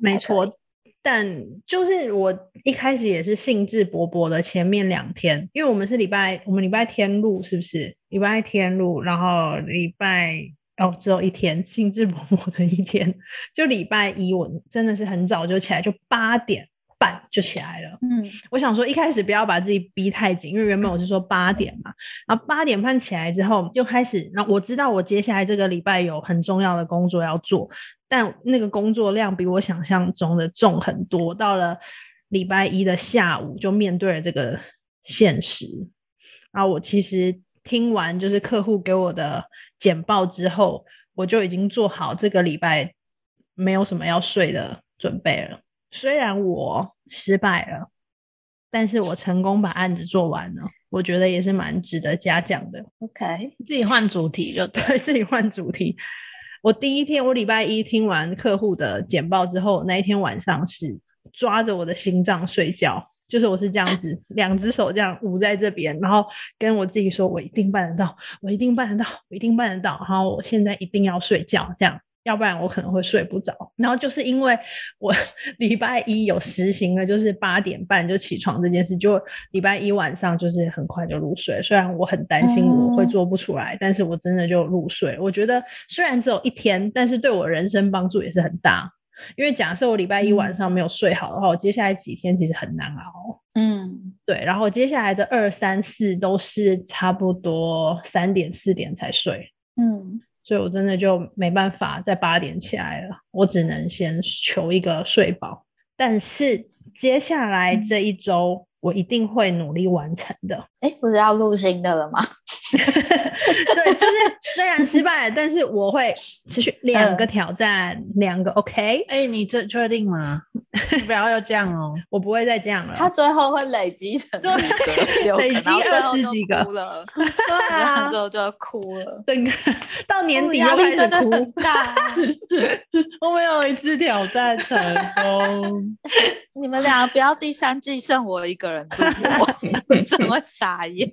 [SPEAKER 1] 没
[SPEAKER 3] 还可
[SPEAKER 1] 错，但就是我一开始也是兴致勃勃的，前面两天，因为我们是礼拜，我们礼拜天录是不是？礼拜天录，然后礼拜哦只有一天，兴致勃勃的一天，就礼拜一我真的是很早就起来，就八点。半就起来了。
[SPEAKER 3] 嗯，
[SPEAKER 1] 我想说一开始不要把自己逼太紧，因为原本我是说八点嘛，然后八点半起来之后又开始，那我知道我接下来这个礼拜有很重要的工作要做，但那个工作量比我想象中的重很多。我到了礼拜一的下午就面对了这个现实，然后我其实听完就是客户给我的简报之后，我就已经做好这个礼拜没有什么要睡的准备了。虽然我失败了，但是我成功把案子做完了，我觉得也是蛮值得嘉奖的。
[SPEAKER 3] ，OK，
[SPEAKER 2] 自己换主题就对。
[SPEAKER 1] 对 自己换主题，我第一天，我礼拜一听完客户的简报之后，那一天晚上是抓着我的心脏睡觉，就是我是这样子，两只手这样捂在这边，然后跟我自己说，我一定办得到，我一定办得到，我一定办得到，然后我现在一定要睡觉，这样。要不然我可能会睡不着，然后就是因为我 礼拜一有实行了，就是八点半就起床这件事，就礼拜一晚上就是很快就入睡。虽然我很担心我会做不出来，但是我真的就入睡。我觉得虽然只有一天，但是对我人生帮助也是很大。因为假设我礼拜一晚上没有睡好的话，我接下来几天其实很难熬。
[SPEAKER 3] 嗯，
[SPEAKER 1] 对，然后接下来的二三四都是差不多三点四点才睡，
[SPEAKER 3] 嗯，
[SPEAKER 1] 所以我真的就没办法在八点起来了，我只能先求一个睡饱。但是接下来这一周，我一定会努力完成的。
[SPEAKER 3] 哎，不是要录新的了吗？
[SPEAKER 1] 对，就是虽然失败了，但是我会持续两
[SPEAKER 3] 嗯
[SPEAKER 1] 个挑战，两个 OK，
[SPEAKER 2] 哎、你这确定吗？你不要又这样 哦。
[SPEAKER 1] 我不会再这样了。
[SPEAKER 3] 他最后会累积成
[SPEAKER 1] 对
[SPEAKER 3] 一个
[SPEAKER 1] 累积
[SPEAKER 3] 然后最后
[SPEAKER 1] 20
[SPEAKER 3] 就
[SPEAKER 1] 几个
[SPEAKER 3] 哭了，
[SPEAKER 1] 对
[SPEAKER 3] 然后
[SPEAKER 1] 啊
[SPEAKER 3] 最，后就 哭了。
[SPEAKER 1] 整个到年底
[SPEAKER 3] 哦压
[SPEAKER 1] 又
[SPEAKER 3] 力
[SPEAKER 1] 开始
[SPEAKER 3] 真的
[SPEAKER 1] 哭
[SPEAKER 3] 很。大啊，
[SPEAKER 2] 我们有一次挑战成功，
[SPEAKER 3] 你们俩不要第三季剩我一个人度过， 怎么傻眼？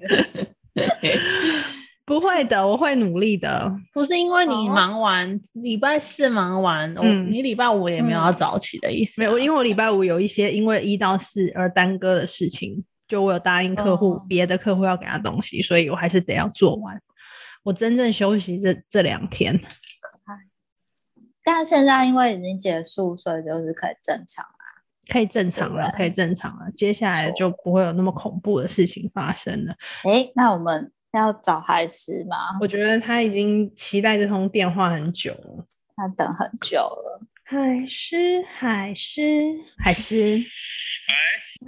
[SPEAKER 1] 不会的，我会努力的。
[SPEAKER 2] 不是因为你
[SPEAKER 3] 哦
[SPEAKER 2] 忙完礼拜四忙完，我、
[SPEAKER 1] 嗯
[SPEAKER 2] 你礼拜五也没有要早起的意思、
[SPEAKER 1] 没有，因为我礼拜五有一些因为一到四而耽搁的事情，就我有答应客户、
[SPEAKER 3] 哦
[SPEAKER 1] 别的客户要给他东西，所以我还是得要做完。我真正休息这这两天，
[SPEAKER 3] 但现在因为已经结束，所以就是可以正常了。
[SPEAKER 1] 可以正常了，
[SPEAKER 3] 对
[SPEAKER 1] 可以正常了。接下来
[SPEAKER 3] 错
[SPEAKER 1] 就不会有那么恐怖的事情发生了。
[SPEAKER 3] 哎，那我们要找海狮吗？
[SPEAKER 1] 我觉得他已经期待这通电话很久了。
[SPEAKER 3] 他等很久了。
[SPEAKER 1] 海狮，海狮，海狮，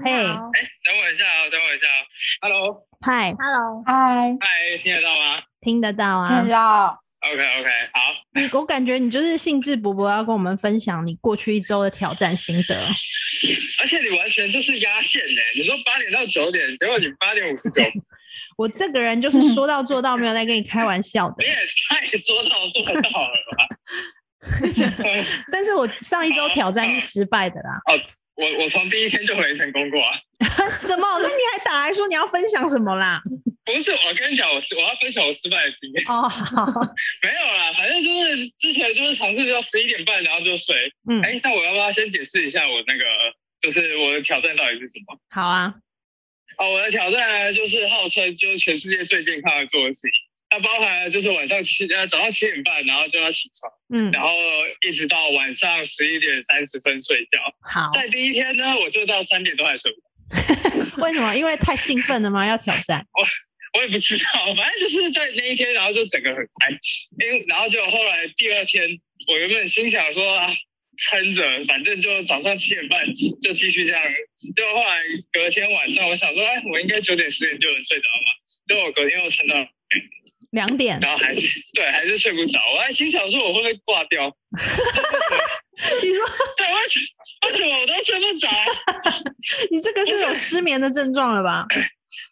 [SPEAKER 1] 嘿，
[SPEAKER 4] 哎等我一下啊，等我一下啊。Hello，
[SPEAKER 1] 嗨，
[SPEAKER 3] Hello，嗨，
[SPEAKER 4] 嗨，听得到吗
[SPEAKER 1] 听得到啊
[SPEAKER 3] 看？到
[SPEAKER 4] ？OK OK，好。
[SPEAKER 1] 你我感觉你就是兴致勃勃要跟我们分享你过去一周的挑战心得。
[SPEAKER 4] 而且你完全就是压线呢、你说八点到九点，结果你八点五十九，
[SPEAKER 1] 我这个人就是说到做到，没有在跟你开玩笑的
[SPEAKER 4] 你。也太说到做到了吧？
[SPEAKER 1] 但是我上一周挑战是失败的啦。
[SPEAKER 4] 我我从第一天就没成功过啊！
[SPEAKER 1] 什么？那你还打来说你要分享什么啦？
[SPEAKER 4] 不是，我跟你讲，我是我要分享我失败的经验。
[SPEAKER 1] 哦，好，
[SPEAKER 4] 没有啦，反正就是之前就是尝试到十一点半，然后就睡。
[SPEAKER 1] 嗯，
[SPEAKER 4] 哎、那我要不要先解释一下我那个就是我的挑战到底是什么？
[SPEAKER 1] 好啊，
[SPEAKER 4] 哦，我的挑战呢，就是号称就是全世界最健康的作息，那包含了就是晚上七呃早上七点半，然后就要起床，
[SPEAKER 1] 嗯，
[SPEAKER 4] 然后一直到晚上十一点三十分睡觉。
[SPEAKER 2] 哦
[SPEAKER 1] 好。
[SPEAKER 4] 在第一天呢，我就到三点都还睡不着，
[SPEAKER 1] 为什么？因为太兴奋了吗？要挑战？
[SPEAKER 4] 我也不知道，反正就是在那一天，然后就整个很嗨，因为然后就后来第二天，我原本心想说啊。撑着，反正就早上七点半就继续这样。就后来隔天晚上，我想说，哎，我应该九点十点就能睡着吧？结果我隔天又撑到
[SPEAKER 1] 两点，
[SPEAKER 4] 然后还是对，还是睡不着。我还心想说，我会不会挂掉？
[SPEAKER 1] 你说
[SPEAKER 4] 对，为什么为什么我都睡不着？
[SPEAKER 1] 你这个是有失眠的症状了吧？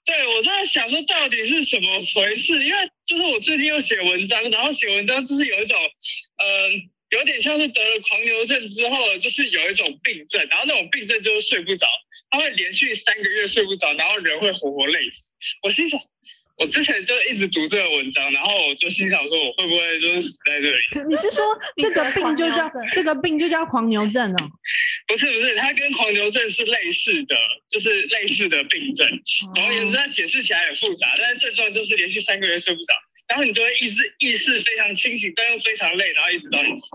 [SPEAKER 4] 对我在想说，到底是什么回事？因为就是我最近又写文章，然后写文章就是有一种，嗯、有点像是得了狂牛症之后，就是有一种病症，然后那种病症就是睡不着，他会连续三个月睡不着，然后人会活活累死。我心想。我之前就一直读这个文章，然后我就心想说，我会不会就是死在这里？
[SPEAKER 1] 你是说这个病就叫
[SPEAKER 2] 你得狂牛症
[SPEAKER 1] 这个病就叫狂牛症哦？
[SPEAKER 4] 不是不是，它跟狂牛症是类似的，就是类似的病症。总而言之，它解释起来很复杂，但是症状就是连续三个月睡不着，然后你就会意识意识非常清醒，但又非常累，然后一直到你死。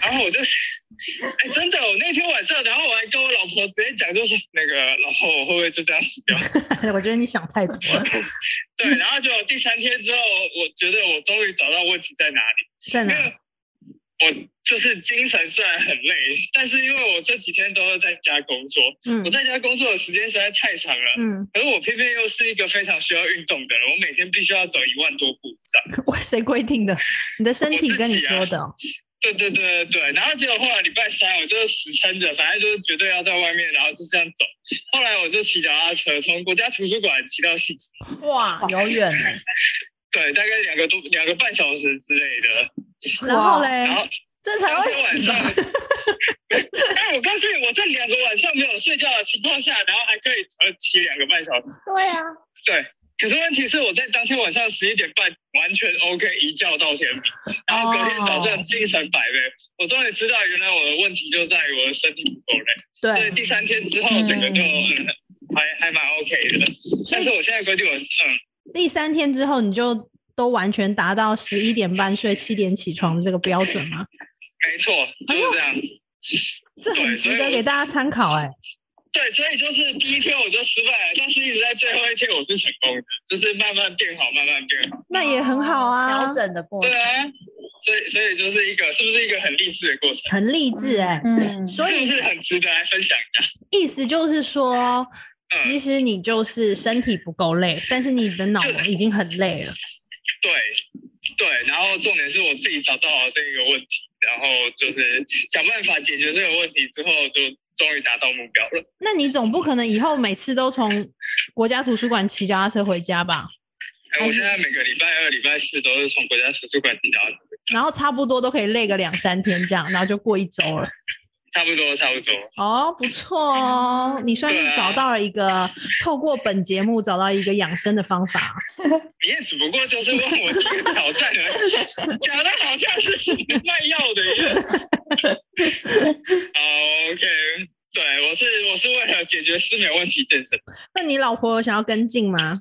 [SPEAKER 4] 然后我就，哎、真的，我那天晚上，然后我还跟我老婆直接讲，就是那个老婆，我会不会就这样死掉？
[SPEAKER 2] 我觉得你想太多了，
[SPEAKER 4] 对，然后就第三天之后，我觉得我终于找到问题在哪里，
[SPEAKER 1] 在
[SPEAKER 4] 因
[SPEAKER 1] 哪？
[SPEAKER 4] 为我就是精神虽然很累，但是因为我这几天都是在家工作，
[SPEAKER 1] 嗯
[SPEAKER 4] 我在家工作的时间实在太长了。
[SPEAKER 1] 嗯，
[SPEAKER 4] 可是我偏偏又是一个非常需要运动的人，我每天必须要走一万多步以上。
[SPEAKER 1] 我谁规定的？你的身体跟你说的哦、
[SPEAKER 4] 对对对对对，然后结果后来礼拜三我就死撑着，反正就是绝对要在外面，然后就这样走。后来我就骑脚踏车从国家图书馆骑到戏子，
[SPEAKER 2] 哇，有远欸
[SPEAKER 4] 对，大概两个多两个半小时之类的。
[SPEAKER 2] 然后
[SPEAKER 3] 哇
[SPEAKER 1] 嗯
[SPEAKER 2] 嘞
[SPEAKER 4] 然，后
[SPEAKER 2] 这才
[SPEAKER 4] 当
[SPEAKER 2] 会
[SPEAKER 4] 天晚
[SPEAKER 2] 死啊
[SPEAKER 4] 上
[SPEAKER 2] 吧？，
[SPEAKER 4] 哎，我告诉你，我这两个晚上没有睡觉的情况下，然后还可以呃骑两个半小时。
[SPEAKER 2] 对啊，
[SPEAKER 4] 对，可是问题是我在当天晚上十一点半完全 OK 一觉到天明，然后隔天早上精神百倍。我终于知道原来我的问题就在于我的身体不够累，所
[SPEAKER 1] 对，
[SPEAKER 4] 以第三天之后整个就、嗯还还蛮 OK 的。但是我现在规定我嗯，
[SPEAKER 1] 第三天之后你就都完全达到十一点半睡、七点起床的这个标准吗？
[SPEAKER 4] 没错，就是这样。
[SPEAKER 1] 这很
[SPEAKER 4] 对
[SPEAKER 1] 值
[SPEAKER 4] 所以
[SPEAKER 1] 得
[SPEAKER 4] 我
[SPEAKER 1] 给大家参考哎、
[SPEAKER 4] 对，所以就是第一天我就失败了，但是一直在最后一天我是成功的，就是慢慢变好，慢慢变好。
[SPEAKER 1] 那也很好啊，
[SPEAKER 2] 调整的过程
[SPEAKER 4] 对，啊，所以所以就是一个是不是一个很励志的过程？
[SPEAKER 1] 很励志哎、
[SPEAKER 3] 嗯，
[SPEAKER 1] 所以
[SPEAKER 4] 是不是很值得来分享一下？
[SPEAKER 1] 意思就是说，
[SPEAKER 4] 嗯
[SPEAKER 1] 其实你就是身体不够累，但是你的脑已经很累了。
[SPEAKER 4] 对对，然后重点是我自己找到了这个问题，然后就是想办法解决这个问题之后，就终于达到目标了。
[SPEAKER 1] 那你总不可能以后每次都从国家图书馆骑脚踏车回家吧？
[SPEAKER 4] 哎，我现在每个礼拜二、礼拜四都是从国家图书馆提交，
[SPEAKER 1] 然后差不多都可以累个两三天这样，然后就过一周了。
[SPEAKER 4] 差不多差不多。
[SPEAKER 1] 哦，不错哦，你算
[SPEAKER 4] 对
[SPEAKER 1] 是
[SPEAKER 4] 啊
[SPEAKER 1] 找到了一个透过本节目找到一个养生的方法。
[SPEAKER 4] 你也只不过就是问我这个挑 战而已，讲的好像是卖药的一样。好，OK，对我是我是为了解决失眠问题健身，
[SPEAKER 1] 那你老婆有想要跟进吗？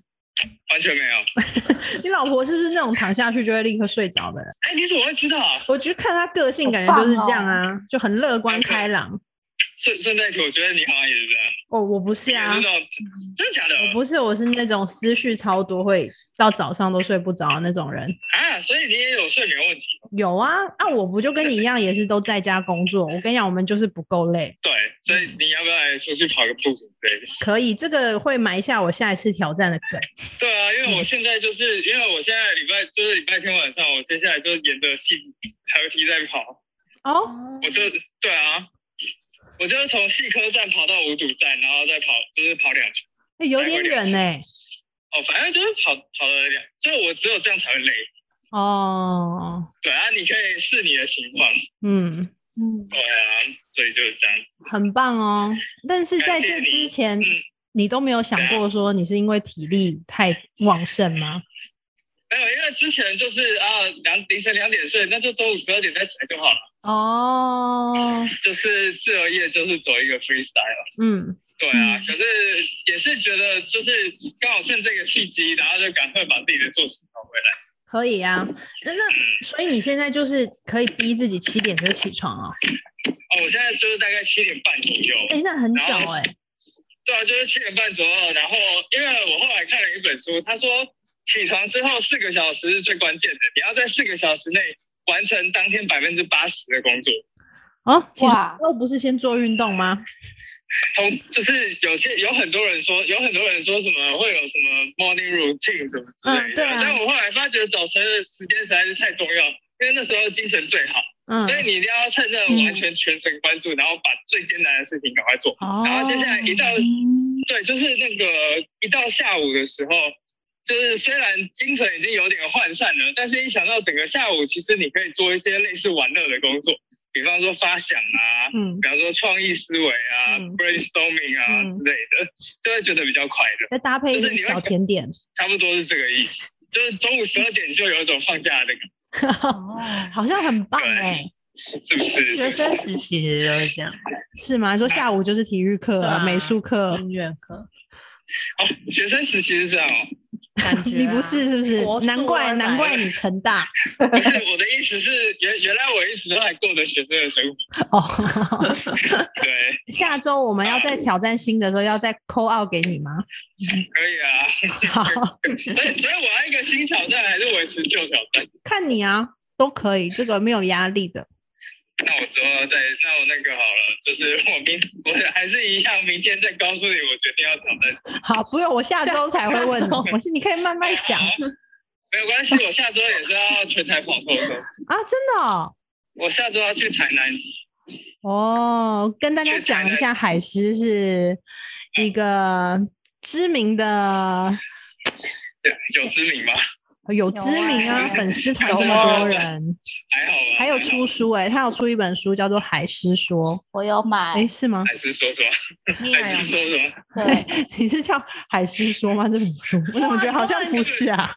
[SPEAKER 4] 完全没有。
[SPEAKER 1] 你老婆是不是那种躺下去就会立刻睡着的人？
[SPEAKER 4] 哎，你怎么会知道啊？
[SPEAKER 1] 我就看她个性，感觉就是这样啊，就很乐观开朗。
[SPEAKER 4] 顺顺带提，我觉得你好像也是这样，
[SPEAKER 1] 哦，我不是
[SPEAKER 4] 你也
[SPEAKER 1] 啊
[SPEAKER 4] 是那，种真的假的？
[SPEAKER 1] 我不是，我是那种思绪超多，会到早上都睡不着的那种人。
[SPEAKER 4] 啊，所以你也有睡眠问题。
[SPEAKER 1] 有啊，那、我不就跟你一样，也是都在家工作。我跟你讲，我们就是不够累，
[SPEAKER 4] 对，所以你要不要来出去跑个步之类的？
[SPEAKER 1] 可以，这个会埋下我下一次挑战的梗。
[SPEAKER 4] 对啊，因为我现在就是因为我现在礼拜就是礼拜天晚上，我接下来就沿着戏台梯在跑，
[SPEAKER 1] 哦，
[SPEAKER 4] 我就对啊，我就是从细科站跑到五堵站，然后再跑就是跑两圈。
[SPEAKER 1] 欸有点远呢、
[SPEAKER 4] 哦，反正就是跑跑了两，就是我只有这样才会累。
[SPEAKER 1] 哦，
[SPEAKER 4] 对啊，你可以试你的情况。
[SPEAKER 1] 嗯，
[SPEAKER 3] 嗯，
[SPEAKER 4] 对啊，所以就是这样。
[SPEAKER 1] 很棒哦。但是在这之前
[SPEAKER 4] 感谢你嗯，
[SPEAKER 1] 你都没有想过说你是因为体力太旺盛吗？
[SPEAKER 4] 没有，因为之前就是啊两凌晨两点睡，那就中午十二点再起来就好了。
[SPEAKER 1] 哦，
[SPEAKER 4] 就是自由业就是走一个 freestyle，
[SPEAKER 1] 嗯，
[SPEAKER 4] 对啊，可是也是觉得就是刚好趁这个契机，然后就赶快把自己的作息搞回来。
[SPEAKER 1] 可以啊。那那所以你现在就是可以逼自己七点就起床哦。
[SPEAKER 4] 哦，我现在就是大概七点半左右，
[SPEAKER 1] 哎、那很
[SPEAKER 4] 然
[SPEAKER 1] 早
[SPEAKER 4] 后
[SPEAKER 1] 哎、
[SPEAKER 4] 对啊，就是七点半左右。然后因为我后来看了一本书，他说起床之后四个小时是最关键的，你要在四个小时内完成当天百分之八十的工作。
[SPEAKER 1] 哦，其实
[SPEAKER 3] 哇
[SPEAKER 1] 都不是先做运动吗？
[SPEAKER 4] 从就是有些有很多人说，有很多人说什么会有什么 morning routine 什么之类
[SPEAKER 1] 嗯
[SPEAKER 4] 的，
[SPEAKER 1] 对啊
[SPEAKER 4] 但我后来发觉早晨的时间实在是太重要，因为那时候精神最好，
[SPEAKER 1] 嗯，
[SPEAKER 4] 所以你一定要趁热完全全神贯注，然后把最艰难的事情赶快做。
[SPEAKER 1] 哦，
[SPEAKER 4] 然后接下来一到对，就是那个一到下午的时候，就是虽然精神已经有点涣散了，但是一想到整个下午，其实你可以做一些类似玩乐的工作，比方说发想啊，
[SPEAKER 1] 嗯，
[SPEAKER 4] 比方说创意思维啊、
[SPEAKER 1] 嗯
[SPEAKER 4] brainstorming 啊、
[SPEAKER 1] 嗯
[SPEAKER 4] 之类的，就会觉得比较快乐，
[SPEAKER 1] 再搭配一
[SPEAKER 4] 就是
[SPEAKER 1] 点
[SPEAKER 4] 你会
[SPEAKER 1] 小
[SPEAKER 4] 感
[SPEAKER 1] 甜点，
[SPEAKER 4] 差不多是这个意思。就是中午十二点就有一种放假的感
[SPEAKER 3] 哦，
[SPEAKER 1] 好像很棒
[SPEAKER 4] 对
[SPEAKER 1] 哎、
[SPEAKER 4] 觉，是不是？
[SPEAKER 2] 学生时期其实就是这样，
[SPEAKER 1] 是吗？
[SPEAKER 4] 啊
[SPEAKER 1] 说下午就是体育课、
[SPEAKER 2] 对啊
[SPEAKER 1] 美术课，
[SPEAKER 2] 音乐课，
[SPEAKER 4] 哦，学生时期是这样哦。
[SPEAKER 2] 感觉、
[SPEAKER 1] 你不是是不是
[SPEAKER 2] 国？术
[SPEAKER 1] 难怪
[SPEAKER 2] 而来
[SPEAKER 1] 难怪你成大
[SPEAKER 4] 不是我的意思是原原来我一直都还过着学生的生活，
[SPEAKER 1] 哦。
[SPEAKER 4] 对，
[SPEAKER 1] 下周我们要再挑战新的时候，要再扣 out 给你吗？
[SPEAKER 4] 可以啊。
[SPEAKER 1] 好，
[SPEAKER 4] 所以所以我要一个新挑战，还是维持旧挑战？
[SPEAKER 1] 看你啊，都可以，这个没有压力的。
[SPEAKER 4] 那我之后再，那我那个好了，就是我明我还是一样，明天再告诉你我决定要挑战。
[SPEAKER 1] 好，不用，我下周才会问你。我是你可以慢慢想
[SPEAKER 4] 好没有关系，我下周也是要全台跑透透，
[SPEAKER 1] 啊，真的哦。
[SPEAKER 4] 我下周要去台南。
[SPEAKER 1] 哦，跟大家
[SPEAKER 4] 去台
[SPEAKER 1] 讲一
[SPEAKER 4] 南
[SPEAKER 1] 下，海狮是一个知名的
[SPEAKER 4] 有有知名吗？
[SPEAKER 1] 有知名啊，
[SPEAKER 4] 有啊
[SPEAKER 1] 粉丝团
[SPEAKER 3] 有
[SPEAKER 1] 这么
[SPEAKER 4] 啊
[SPEAKER 1] 多人，
[SPEAKER 4] 还好吧。
[SPEAKER 1] 还有
[SPEAKER 4] 还好
[SPEAKER 1] 出书哎、他有出一本书叫做《海狮说》，
[SPEAKER 3] 我有买，
[SPEAKER 1] 哎、是吗？
[SPEAKER 4] 还是说什么？
[SPEAKER 2] 你
[SPEAKER 1] 啊
[SPEAKER 4] 还是说什么？
[SPEAKER 3] 对，
[SPEAKER 1] 你是叫《海狮说》吗？这本书我怎么觉得好像不是啊？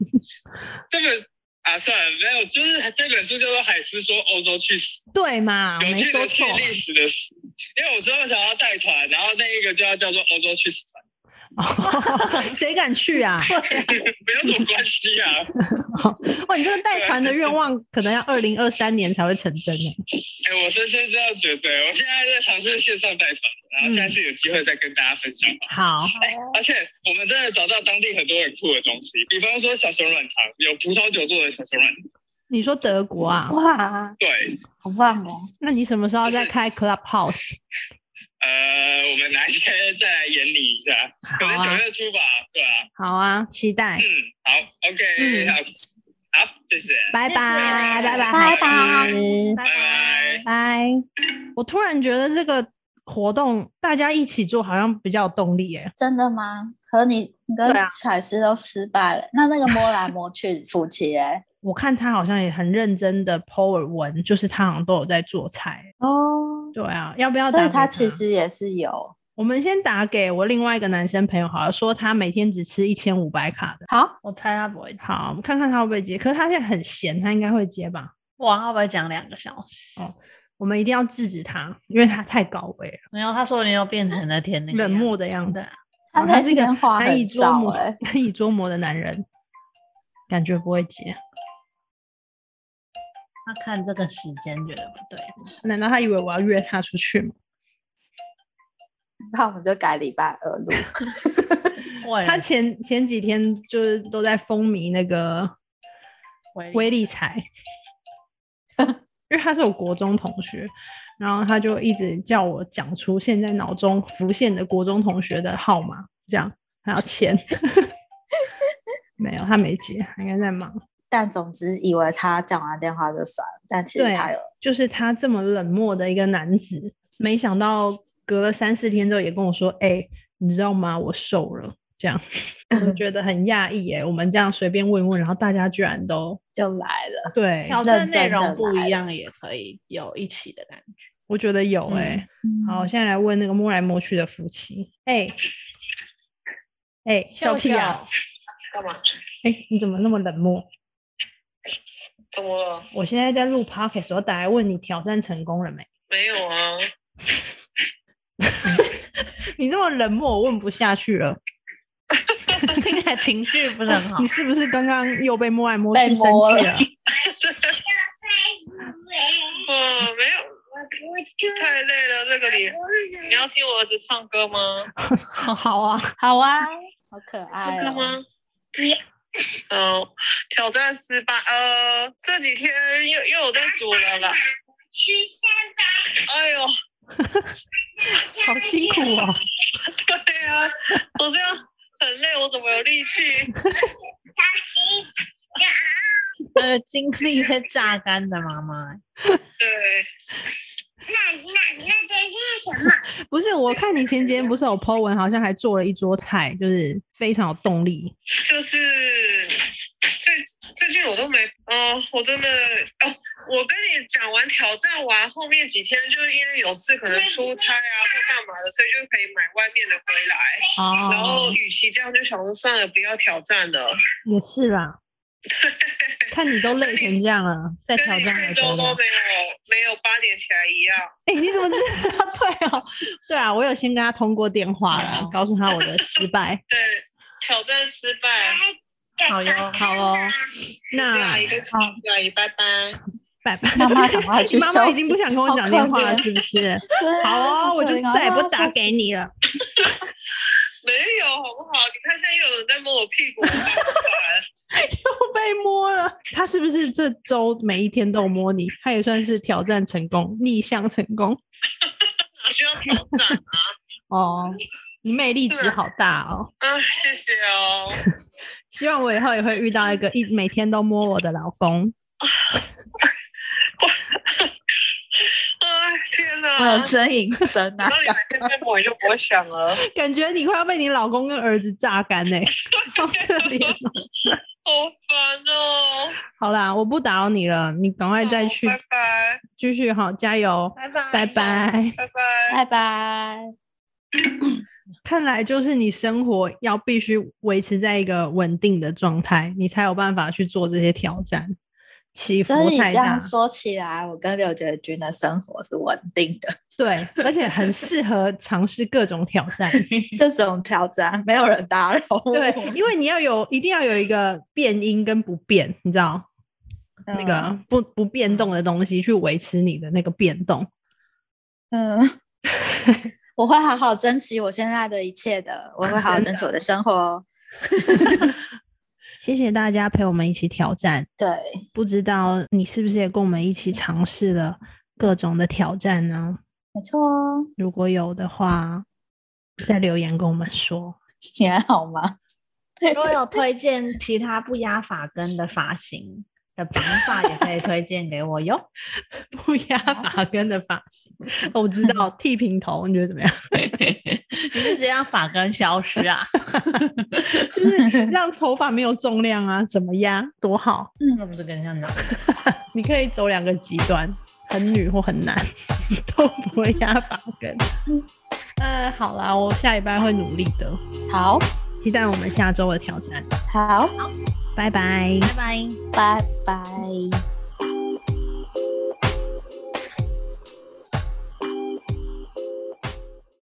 [SPEAKER 4] 这本啊，算了，没有，就是这本书叫做《海狮说欧洲去死
[SPEAKER 1] 对嘛，我》，
[SPEAKER 4] 有
[SPEAKER 1] 没
[SPEAKER 4] 趣
[SPEAKER 1] 说
[SPEAKER 4] 的去
[SPEAKER 1] 错啊
[SPEAKER 4] 历史的史。因为我之后想要带团，然后那一个就要叫做欧洲去死 团，
[SPEAKER 1] 哦，谁敢去 啊？
[SPEAKER 4] 没有什么关系啊。
[SPEAKER 1] 哇，你这个带团的愿望可能要二零二三年才会成真欸呢。
[SPEAKER 4] 哎、我深深这样觉得，我现在在尝试线上带团，然后下
[SPEAKER 1] 嗯
[SPEAKER 4] 次有机会再跟大家分享吧。
[SPEAKER 1] 好，
[SPEAKER 3] 哎
[SPEAKER 4] 而且我们真的找到当地很多很酷的东西，比方说小熊软糖，有葡萄酒做的小熊软糖。
[SPEAKER 1] 你说德国啊？
[SPEAKER 3] 哇，
[SPEAKER 4] 对，
[SPEAKER 3] 好棒哦！
[SPEAKER 1] 那你什么时候再开 Clubhouse？
[SPEAKER 4] 呃，我们哪一天再来演你一下？可能
[SPEAKER 1] 好
[SPEAKER 4] 九
[SPEAKER 1] 啊
[SPEAKER 4] 月初吧，对啊。
[SPEAKER 1] 好啊，期待
[SPEAKER 4] 嗯。，好，OK，、
[SPEAKER 1] 嗯
[SPEAKER 4] 好，好，谢谢，
[SPEAKER 1] 拜拜，拜拜，
[SPEAKER 3] 拜拜
[SPEAKER 1] 海狮
[SPEAKER 2] 拜
[SPEAKER 4] 拜拜。
[SPEAKER 1] 拜。我突然觉得这个活动大家一起做好像比较有动力耶。
[SPEAKER 3] 真的吗？可你你跟
[SPEAKER 1] 对啊
[SPEAKER 3] 彩师都失败了，那那个摸来摸去夫妻哎，
[SPEAKER 1] 我看他好像也很认真的 po 文，就是他好像都有在做菜。
[SPEAKER 3] 哦，
[SPEAKER 1] 对啊，要不要打
[SPEAKER 3] 所
[SPEAKER 1] 给
[SPEAKER 3] 以
[SPEAKER 1] 他
[SPEAKER 3] 他其实也是有
[SPEAKER 1] 我们先打给我另外一个男生朋友，好了，说他每天只吃一千五百卡的。
[SPEAKER 3] 好，
[SPEAKER 2] 我猜他不会，
[SPEAKER 1] 好，我们看看他会不会接。可是他现在很闲，他应该会接吧？
[SPEAKER 2] 哇，他会不会讲两个小时？
[SPEAKER 1] 哦我们一定要制止他，因为他太高危了，
[SPEAKER 2] 没有，他说你又变成了天那个
[SPEAKER 1] 冷漠
[SPEAKER 2] 的
[SPEAKER 1] 的样
[SPEAKER 2] 对
[SPEAKER 1] 子
[SPEAKER 2] 啊，
[SPEAKER 3] 他
[SPEAKER 1] 哦
[SPEAKER 3] 那
[SPEAKER 1] 他是一个
[SPEAKER 3] 天话
[SPEAKER 1] 难以
[SPEAKER 3] 很
[SPEAKER 1] 捉
[SPEAKER 3] 少
[SPEAKER 1] 摸、
[SPEAKER 3] 哎，
[SPEAKER 1] 难以捉摸的男人，感觉不会接。
[SPEAKER 2] 他看这个时间觉得不对，
[SPEAKER 1] 难道他以为我要约他出去吗？
[SPEAKER 3] 那我们就改礼拜二录，
[SPEAKER 2] 为
[SPEAKER 1] 他
[SPEAKER 2] 了
[SPEAKER 1] 前前几天就是都在风靡那个
[SPEAKER 2] 回
[SPEAKER 1] 威力彩，因为他是我国中同学，然后他就一直叫我讲出现在脑中浮现的国中同学的号码，这样他要签。 没有，他没接，他应该在忙。
[SPEAKER 3] 但总之以为他讲完电话就算了，但其实
[SPEAKER 1] 对
[SPEAKER 3] 他有
[SPEAKER 1] 就是他这么冷漠的一个男子，没想到隔了三四天之后也跟我说：“哎、你知道吗？我瘦了。”这样， 我就觉得很讶异耶。我们这样随便问一问，然后大家居然都
[SPEAKER 3] 就来了，
[SPEAKER 1] 对，
[SPEAKER 2] 挑
[SPEAKER 3] 认
[SPEAKER 2] 战
[SPEAKER 3] 真
[SPEAKER 2] 内
[SPEAKER 3] 的
[SPEAKER 2] 容不
[SPEAKER 3] 来
[SPEAKER 2] 一样，也可以有一起的感觉。
[SPEAKER 1] 我觉得有哎、好，我现在来问那个摸来摸去的夫妻，哎、哎、笑屁啊！
[SPEAKER 4] 干嘛？
[SPEAKER 1] 哎、你怎么那么冷漠？
[SPEAKER 4] 怎么了？
[SPEAKER 1] 我现在在录 podcast，我打来问你挑战成功了没？
[SPEAKER 4] 没有啊，
[SPEAKER 1] 你这么冷漠，我问不下去了。
[SPEAKER 2] 听起来情绪不是很好
[SPEAKER 1] 你。是不是刚刚又被摸来摸
[SPEAKER 3] 被
[SPEAKER 1] 去生
[SPEAKER 3] 摸
[SPEAKER 1] 气
[SPEAKER 3] 了
[SPEAKER 1] 了？
[SPEAKER 4] 我没有，太累了，这个脸。你要听我儿子唱歌吗？
[SPEAKER 1] 好啊，
[SPEAKER 3] 好啊，好可爱
[SPEAKER 4] 唱歌
[SPEAKER 3] 哦，
[SPEAKER 4] 吗？好，哎嗯挑战失败。呃，这几天又又有在煮了啦。哎呦，
[SPEAKER 1] 好辛苦哦。
[SPEAKER 4] 对啊，我这样很累，我怎么有力气？
[SPEAKER 2] 呃，经历一些榨干的妈妈，
[SPEAKER 4] 对，
[SPEAKER 1] 不是，我看你前几天不是有 po 文，好像还做了一桌菜，就是非常有动力。
[SPEAKER 4] 就是最最近我都没，嗯、我真的哦，我跟你讲完挑战完，后面几天就是因为有事，可能出差啊或干嘛的，所以就可以买外面的回来。然后，
[SPEAKER 1] 哦，
[SPEAKER 4] 与其这样，就想说算了，不要挑战了。
[SPEAKER 1] 也是 啦。看你都累成这样了，再
[SPEAKER 4] 跟
[SPEAKER 1] 挑
[SPEAKER 4] 你
[SPEAKER 1] 战还
[SPEAKER 4] 这
[SPEAKER 1] 怎
[SPEAKER 4] 周
[SPEAKER 1] 么
[SPEAKER 4] 都
[SPEAKER 1] 样？
[SPEAKER 4] 没有没有八点起来一样。
[SPEAKER 1] 哎、 你怎么知道？ 对哦，对啊，我有先跟他通过电话了，告诉他我的失败。
[SPEAKER 4] 对，挑战失败。
[SPEAKER 2] 好哟，
[SPEAKER 1] 好哦，那
[SPEAKER 5] 下一个出去而已，拜拜。
[SPEAKER 1] 拜拜。
[SPEAKER 3] 妈 妈赶快去
[SPEAKER 1] 你妈妈
[SPEAKER 3] 收
[SPEAKER 1] 已经不想跟我
[SPEAKER 3] 好
[SPEAKER 1] 讲
[SPEAKER 3] 可
[SPEAKER 1] 电话了，
[SPEAKER 3] 怜
[SPEAKER 1] 是不是？
[SPEAKER 3] 对
[SPEAKER 1] 好
[SPEAKER 3] 啊
[SPEAKER 1] 哦，我就
[SPEAKER 3] 可能
[SPEAKER 1] 再也不
[SPEAKER 3] 啊
[SPEAKER 1] 打
[SPEAKER 3] 说
[SPEAKER 1] 给你 了。
[SPEAKER 5] 没有，好不好？你看现在又有人在摸我屁股，我烦不 烦？
[SPEAKER 1] 又被摸了，他是不是这周每一天都摸你？他也算是挑战成功，逆向成功
[SPEAKER 5] 哪需要挑战啊？
[SPEAKER 1] 哦。你魅力值好大哦！
[SPEAKER 5] 啊，谢谢哦。
[SPEAKER 1] 希望我以后也会遇到一个一每天都摸我的老公。
[SPEAKER 5] 啊，天哪！
[SPEAKER 3] 呃，呻 吟声啊
[SPEAKER 5] 然，后你每天被摸，你就不会想了。
[SPEAKER 1] 感觉你快要被你老公跟儿子榨干呢、 好可怜哦！
[SPEAKER 5] 好烦哦。
[SPEAKER 1] 好啦，我不打扰你了，你赶快再
[SPEAKER 5] 好
[SPEAKER 1] 去
[SPEAKER 5] 拜拜，
[SPEAKER 1] 继续好，加油，
[SPEAKER 2] 拜拜，
[SPEAKER 1] 拜。拜。
[SPEAKER 5] 拜拜。
[SPEAKER 3] 拜拜。
[SPEAKER 1] 看来就是你生活要必须维持在一个稳定的状态，你才有办法去做这些挑战，起伏
[SPEAKER 3] 所以你
[SPEAKER 1] 太
[SPEAKER 3] 这
[SPEAKER 1] 大
[SPEAKER 3] 样。说起来，我跟刘觉君的生活是稳定的，
[SPEAKER 1] 对，而且很适合尝试各种挑战。
[SPEAKER 3] 各种挑战没有人打扰我。
[SPEAKER 1] 对，因为你要有一定要有一个变音跟不变，你知道、那个不不变动的东西去维持你的那个变动。
[SPEAKER 3] 嗯，嗯我会好好珍惜我现在的一切的，我会好好珍惜我的生活哦。
[SPEAKER 1] 谢谢大家陪我们一起挑战，
[SPEAKER 3] 对，
[SPEAKER 1] 不知道你是不是也跟我们一起尝试了各种的挑战呢？
[SPEAKER 3] 没错哦。
[SPEAKER 1] 如果有的话，再留言跟我们说。
[SPEAKER 3] 你还好吗？
[SPEAKER 2] 如果有推荐其他不压发根的发型的绑法，也可以推荐给我哟。
[SPEAKER 1] 不压发根的发型，哦我知道剃平头，你觉得怎么样？
[SPEAKER 2] 你是这样发根消失啊？
[SPEAKER 1] 就是让头发没有重量啊，怎么压多好？
[SPEAKER 2] 那不是更像男？
[SPEAKER 1] 你可以走两个极端，很女或很男 都不会压发根。嗯，好啦，我下礼拜会努力的，
[SPEAKER 3] 好，
[SPEAKER 1] 期待我们下周的挑战。
[SPEAKER 3] 好，
[SPEAKER 1] 拜拜。
[SPEAKER 2] 拜拜。
[SPEAKER 3] 拜拜。